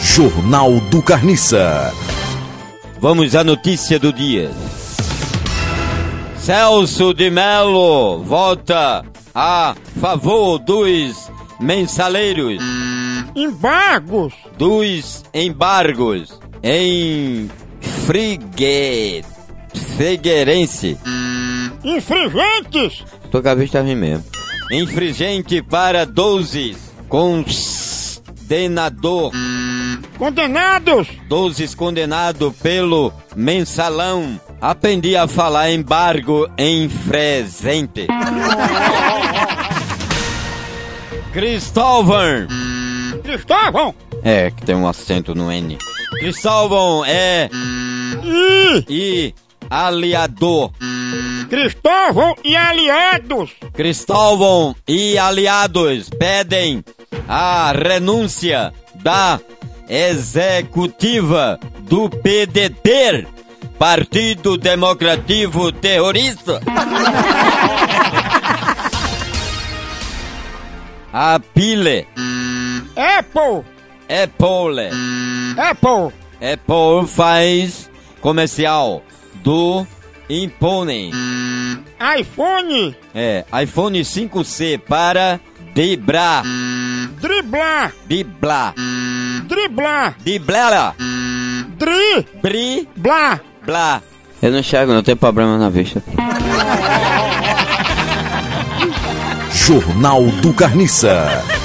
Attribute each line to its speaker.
Speaker 1: Jornal do Carniça.
Speaker 2: Vamos à notícia do dia. Celso de Melo vota a favor dos mensaleiros,
Speaker 3: Embargos,
Speaker 2: dos embargos em Frigue... Frigueirense.
Speaker 3: infringentes,
Speaker 2: Tô com a vista ruim mesmo. Infringente para 12. Condenador.
Speaker 3: condenados,
Speaker 2: 12 condenado pelo mensalão. Aprendi a falar embargo em presente. Cristóvão.
Speaker 3: Cristóvão
Speaker 2: É, que tem um acento no N. Cristóvão é e
Speaker 3: e
Speaker 2: aliador.
Speaker 3: Cristóvão e aliados,
Speaker 2: Cristóvão e aliados pedem a renúncia da executiva do PDT, Partido Democrativo Terrorista. a Pile, é
Speaker 3: Apple,
Speaker 2: Apple,
Speaker 3: Apple,
Speaker 2: Apple é faz comercial do Impone.
Speaker 3: iPhone,
Speaker 2: É, iPhone 5C para Debra.
Speaker 3: driblar,
Speaker 2: Bibla.
Speaker 3: driblar,
Speaker 2: Biblela.
Speaker 3: driblar,
Speaker 2: Bri. Blá. Eu não enxergo, não tenho problema na vista.
Speaker 1: Jornal do Carniça.